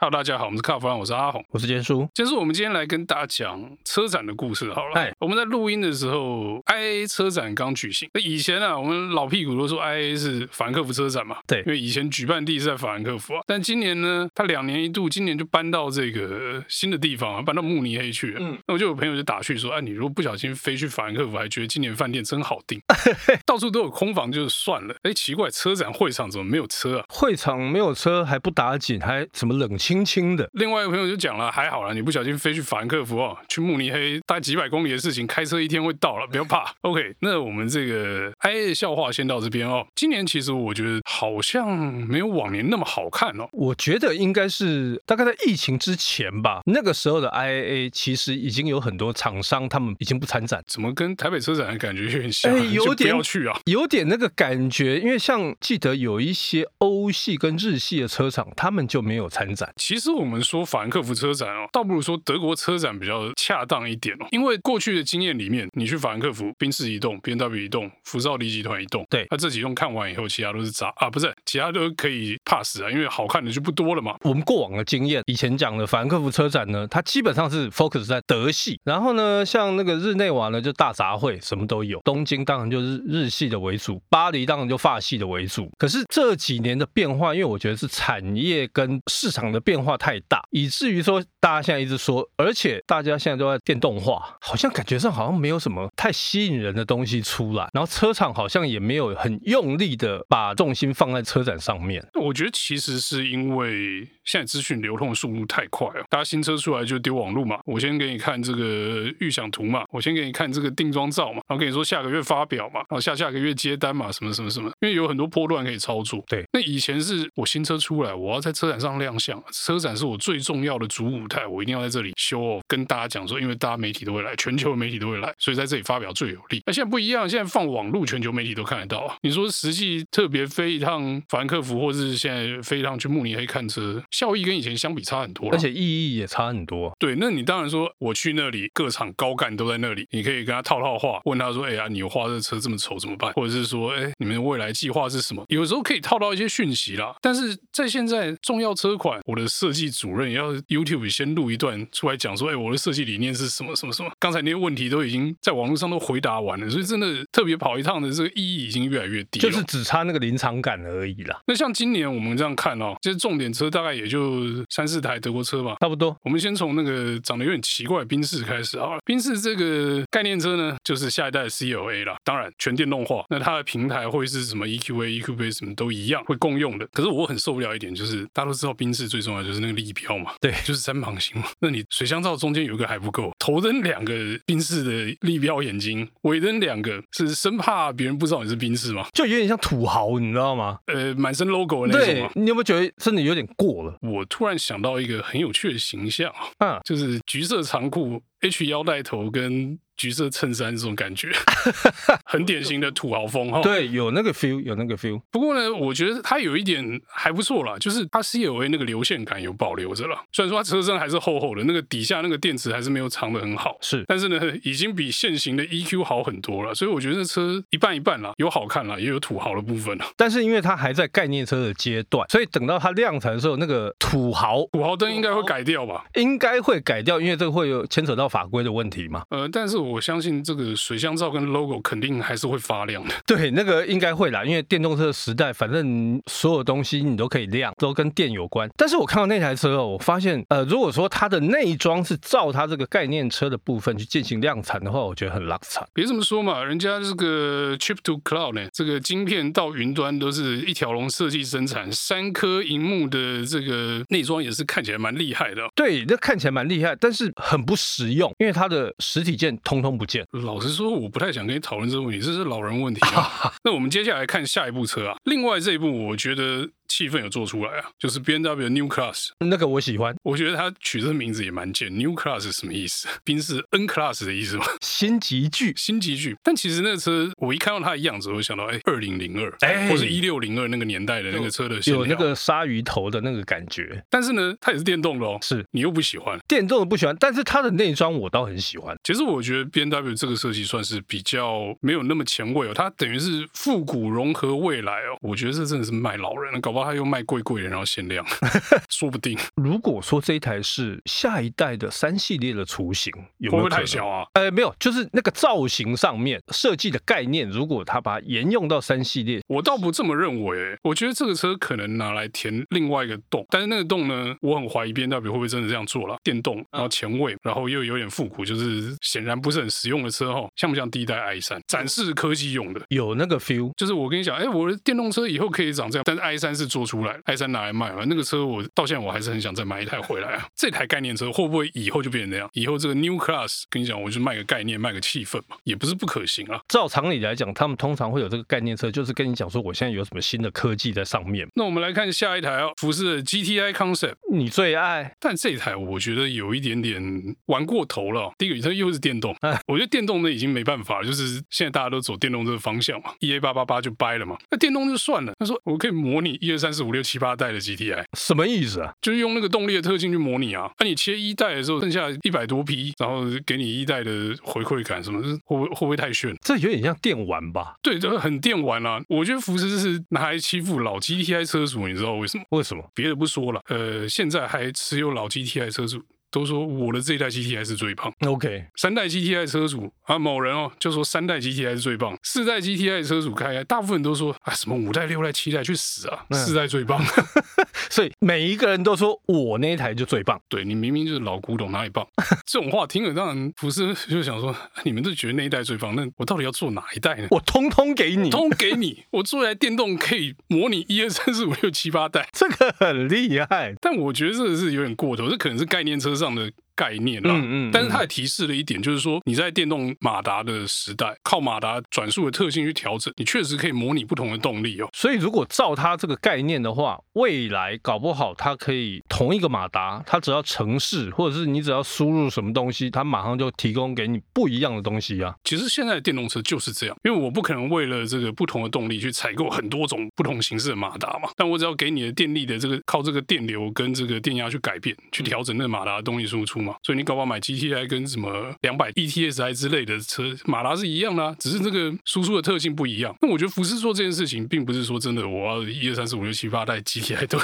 Hello，大家好，我们是卡弗兰，我是阿红。我是杰叔。今天是我们今天来跟大家讲车展的故事，好了。嗨我们在录音的时候，IA 车展刚举行。那以前啊，我们老屁股都说 IA 是法兰克福车展嘛，对因为以前举办地是在法兰克福啊。但今年呢，它两年一度，今年就搬到这个呃新的地方啊，搬到慕尼黑去了。嗯，那我就有朋友就打趣说，啊，你如果不小心飞去法兰克福，还觉得今年饭店真好 订，到处都有空房，就是算了。哎，奇怪，车展会场怎么没有车啊？会场没有车还不打紧，还什么冷清清的，另外一个朋友就讲了，还好啦，你不小心飞去法兰克福哦，去慕尼黑，大概几百公里的事情，开车一天会到了，不要怕。OK，那 我们这个 IA 的笑话先到这边哦。今年其实我觉得好像没有往年那么好看哦。我觉得应该是大概在疫情之前吧。那个时候的 IAA 其实已经有很多厂商他们已经不参展，怎么跟台北车展的感觉有点像？ 哎有就点不要去啊！有点那个感觉。因为像记得有一些欧系跟日系的车厂，他们就没有参展。其实我们说法兰克福车展哦，倒不如说德国车展比较恰当一点哦，因为过去的经验里面，你去法兰克福，宾士移动、B N W 移动、福兆迪集团移动，对那、这几栋看完以后，其他都是渣啊，不是，其他都可以 pass 啊，因为好看的就不多了嘛。我们过往的经验，以前讲的法兰克福车展呢，它基本上是 focus 在德系，然后呢，像那个日内瓦呢，就大杂烩，什么都有。东京当然就是日系的为主，巴黎当然就法系的为主。可是这几年的变化，因为我觉得是产业跟市场的变化太大，以至于说大家现在一直说，而且大家现在都在电动化，好像感觉上好像没有什么太吸引人的东西出来，然后车厂好像也没有很用力的把重心放在车展上面。我觉得其实是因为现在资讯流通的速度太快了，大家新车出来就丢网路嘛。我先给你看这个预想图嘛，我先给你看这个定妆照嘛，然后跟你说下个月发表嘛，然后下下个月接单嘛，什么什么什么，因为有很多波段可以操作。对那以前是我新车出来，我要在车展上亮相，车展是我最重要的主舞台，我一定要在这里 show off，跟大家讲说，因为大家媒体都会来，全球的媒体都会来，所以在这里发表最有利。那现在不一样，现在放网络，全球媒体都看得到啊。你说实际特别飞一趟法兰克福，或是现在飞一趟去慕尼黑看车，效益跟以前相比差很多了。而且意义也差很多。对，那你当然说我去那里，各厂高干都在那里，你可以跟他套套话，问他说：“哎呀，你画这车这么丑怎么办？”或者是说：“哎，你们未来计划是什么？”有时候可以套到一些讯息啦。但是在现在重要车款，我的设计主任也要 YouTube 先录一段出来讲说：“哎，我的设计理念是什么什么什么。”刚才那些问题都已经在网络上都回答完了，所以真的特别跑一趟的这个意义已经越来越低了。就是只差那个临场感而已啦，那像今年我们这样看哦，其实重点车大概也就三四台德国车吧，差不多。我们先从那个长得有点奇怪的宾士开始好了。宾士这个概念车呢，就是下一代的 CLA 啦，当然全电动化。那它的平台会是什么 E EQA、EQB 什么都一样，会共用的。可是我很受不了一点，就是大家都知道宾士最重要的就是那个立标嘛，对就是三芒星嘛。那你水箱罩中间有一个还不够，头灯两个宾士的立标眼睛，尾灯两个，是生怕别人不知道你是宾士嘛？就有点像土豪，你知道吗？呃，满身 logo 的那种对嘛。，你有没有觉得真的有点过了？我突然想到一个很有趣的形象啊，嗯就是橘色长裤、H 腰带头跟橘色衬衫这种感 觉，很典型的土豪风哈。，对，有那个 feel，有那个 feel。不过呢，我觉得它有一点还不错啦，就是它 CLA 那个流线感有保留着啦。虽然说它车身还是厚厚的，那个底下那个电池还是没有藏的很好。是，但是呢，已经比现行的 EQ 好很多了，所以我觉得这车一半一半啦，有好看啦，也有土豪的部分啦。但是因为它还在概念车的阶段，所以等到它量产的时候，那个土豪土豪灯应该会改掉吧？应该会改掉，因为这个会有牵扯到法规的问题嘛。呃，但是我相信这个水箱罩跟 logo 肯定还是会发亮的。对，那个应该会啦，因为电动车的时代，反正所有东西你都可以亮，都跟电有关。但是我看到那台车哦，我发现，呃，如果说它的内装是照它这个概念车的部分去进行量产的话，我觉得很拉惨。别这么说嘛，人家这个 chip to cloud 呢，这个晶片到云端都是一条龙设计生产，三颗荧幕的这个内装也是看起来蛮厉害的哦。对，那看起来蛮厉害，但是很不实用，因为它的实体键通通不见。老实说，我不太想跟你讨论这个问题，这是老人问题啊。那我们接下来看下一部车啊，另外这一部我觉得气氛有做出来啊，就是 B N W New Class，那个我喜欢，我觉得它取这个名字也蛮贱，New Class 是什么意思？宾士 N Class 的意思吗？新集聚新集聚，但其实那个车，我一看到它的样子，我就想到哎，二零零二，哎或是一六零二那个年代的那个车的线有那条个鲨鱼头的那个感觉，但是呢，它也是电动的哦，是你又不喜欢。电动的不喜欢，但是它的内装我倒很喜欢。其实我觉得 B N W 这个设计算是比较没有那么前卫哦，它等于是复古融合未来哦。我觉得这真的是卖老人了，搞不不好他又卖贵贵的，然后限 量，说不定如果说这一台是下一代的三系列的雏形，有会不没有会可太能？小啊？呃，没有，就是那个造型上面设计的概念，如果它把它沿用到三系列，我倒不这么认为、欸我觉得这个车可能拿来填另外一个洞，但是那个洞呢，我很怀疑 B N W 会不会真的这样做了。电动，然后前卫，然后又有点复古，就是显然不是很实用的车哈，像不像第一代 i 三？展示科技用的。有那个 feel，就是我跟你讲，哎、我的电动车以后可以长这样，但是 i 三是做出来，i 三拿来卖嘛，那个车我到现在我还是很想再买一台回来啊。这台概念车会不会以后就变成那样？以后这个 New Class，跟你讲，我就卖个概念，卖个气氛嘛，也不是不可行啊。照常理来讲，他们通常会有这个概念车，就是跟你讲说我现在有什么新的科技在上面，那我们来看下一台啊，福斯的 GTI Concept。你最爱。但这一台我觉得有一点点玩过头了。哦第一个，它又是电动，我觉得电动的已经没办法了，就是现在大家都走电动这个方向嘛，E A 八八八就掰了嘛。那电动就算了，他说我可以模拟一二三四五六七八代的 G T I，什么意思啊？就是用那个动力的特性去模拟啊。那、你切一代的时候，剩下一百多匹，然后给你一代的回馈感什么，这会不会会不会太炫？这有点像电玩吧？对，这很电玩啦、我觉得福斯是拿来欺负老 G T I 车主，你知道为什么？为什么？别的不说了，呃，现在还持有老 GTI 车主都说我的这一代 GTI 是最棒， OK，三代 GTI 车主啊，某人哦就说三代 GTI 是最棒，四代 GTI 车主开开，大部分都说啊什么五代、六代、七代去死啊，嗯四代最棒。 所以每一个人都说我那一台就最棒，对你明明就是老古董，哪里棒？ 这种话听了让人不是就想说，啊你们都觉得那一代最棒，那我到底要做哪一代呢？我通通给 你，通给你，我做一台电动可以模拟一二三四五六七八代， 这个很厉害。但我觉得这个是有点过头，这可能是概念车上的概念啦。嗯嗯嗯但是它也提示了一点，就是说你在电动马达的时代，靠马达转速的特性去调整，你确实可以模拟不同的动力哦。所以如果照它这个概念的话，未来搞不好它可以同一个马达，它只要程式或者是你只要输入什么东西，它马上就提供给你不一样的东西啊。其实现在的电动车就是这样，因为我不可能为了这个不同的动力去采购很多种不同形式的马达嘛，但我只要给你的电力的这个靠这个电流跟这个电压去改变，去调整那个马达的动力输出嘛。所以你搞不好买 GTI 跟什么两百 E ETSI 之类的车马达是一样的、啊，只是这个输出的特性不一样。那我觉得福斯做这件事情，并不是说真的我要一二三四五六七八代 GTI 都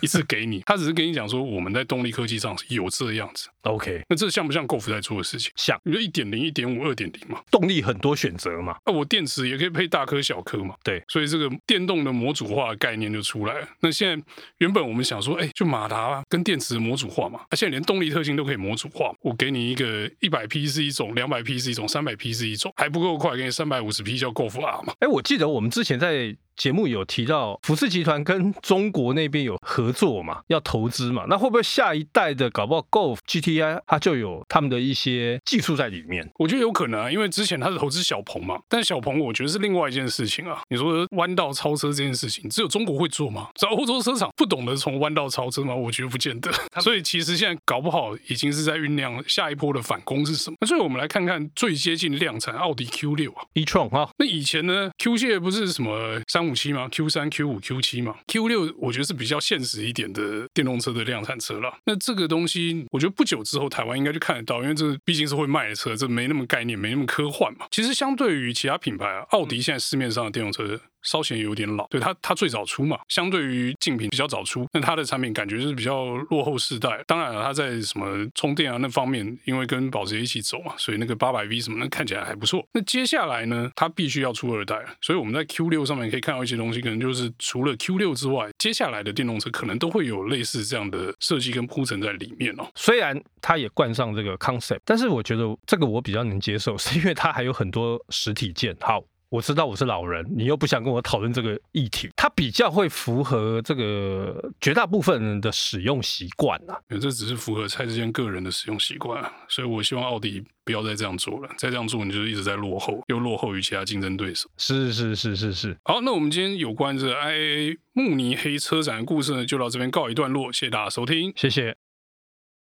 一次给你，他只是跟你讲说我们在动力科技上有这样子。 OK，那这像不像购服在做的事情？像你说一点零、一点五、二点零嘛？动力很多选择嘛，那我电池也可以配大颗小颗嘛，对所以这个电动的模组化的概念就出来了。那现在原本我们想说，哎，就马达、啊、跟电池的模组化嘛，啊、现在连动力特性都可以模组化。我给你一个一百 P 是一种，两百 P 是一种，三百 P 是一种，还不够快，给你三百五十 P 叫 g o f R 嘛。哎，我记得我们之前在节目有提到，福斯集团跟中国那边有合作嘛，要投资嘛，那会不会下一代的搞不好 Golf GTI 它就有他们的一些技术在里面？我觉得有可能啊，因为之前他是投资小鹏嘛，但小鹏我觉得是另外一件事情啊。你说弯道超车这件事情，只有中国会做吗？在欧洲车厂不懂得从弯道超车吗？我觉得不见得。所以其实现在搞不好已经是在酝酿下一波的反攻是什么。那所以我们来看看最接近量产奥迪 Q 六啊。 e-tron 哈、那以前呢，Q 系不是什么三五七吗？Q 三、Q 五、Q 七嘛，Q 六我觉得是比较现实一点的电动车的量产车了。那这个东西，我觉得不久之后台湾应该就看得到，因为这毕竟是会卖的车，这没那么概念，没那么科幻嘛。其实相对于其他品牌啊，奥迪现在市面上的电动车。稍显有点老，对它，它最早出嘛，相对于竞品比较早出，那它的产品感觉就是比较落后世代。当然了，它在什么充电啊那方面，因为跟保时捷一起走嘛，所以那个八百 V 什么的看起来还不错。那接下来呢，它必须要出二代了，所以我们在 Q 六上面可以看到一些东西，可能就是除了 Q 六之外，接下来的电动车可能都会有类似这样的设计跟铺陈在里面哦。虽然它也冠上这个 concept，但是我觉得这个我比较能接受，是因为它还有很多实体件。好，我知道我是老人，你又不想跟我讨论这个议题，它比较会符合这个绝大部分人的使用习惯啊。因为这只是符合蔡志坚个人的使用习惯啊，所以我希望奥迪不要再这样做了，再这样做你就是一直在落后，又落后于其他竞争对手。是是是是是，好，那我们今天有关这 IAA 慕尼黑车展的故事呢，就到这边告一段落，谢谢大家收听。谢谢。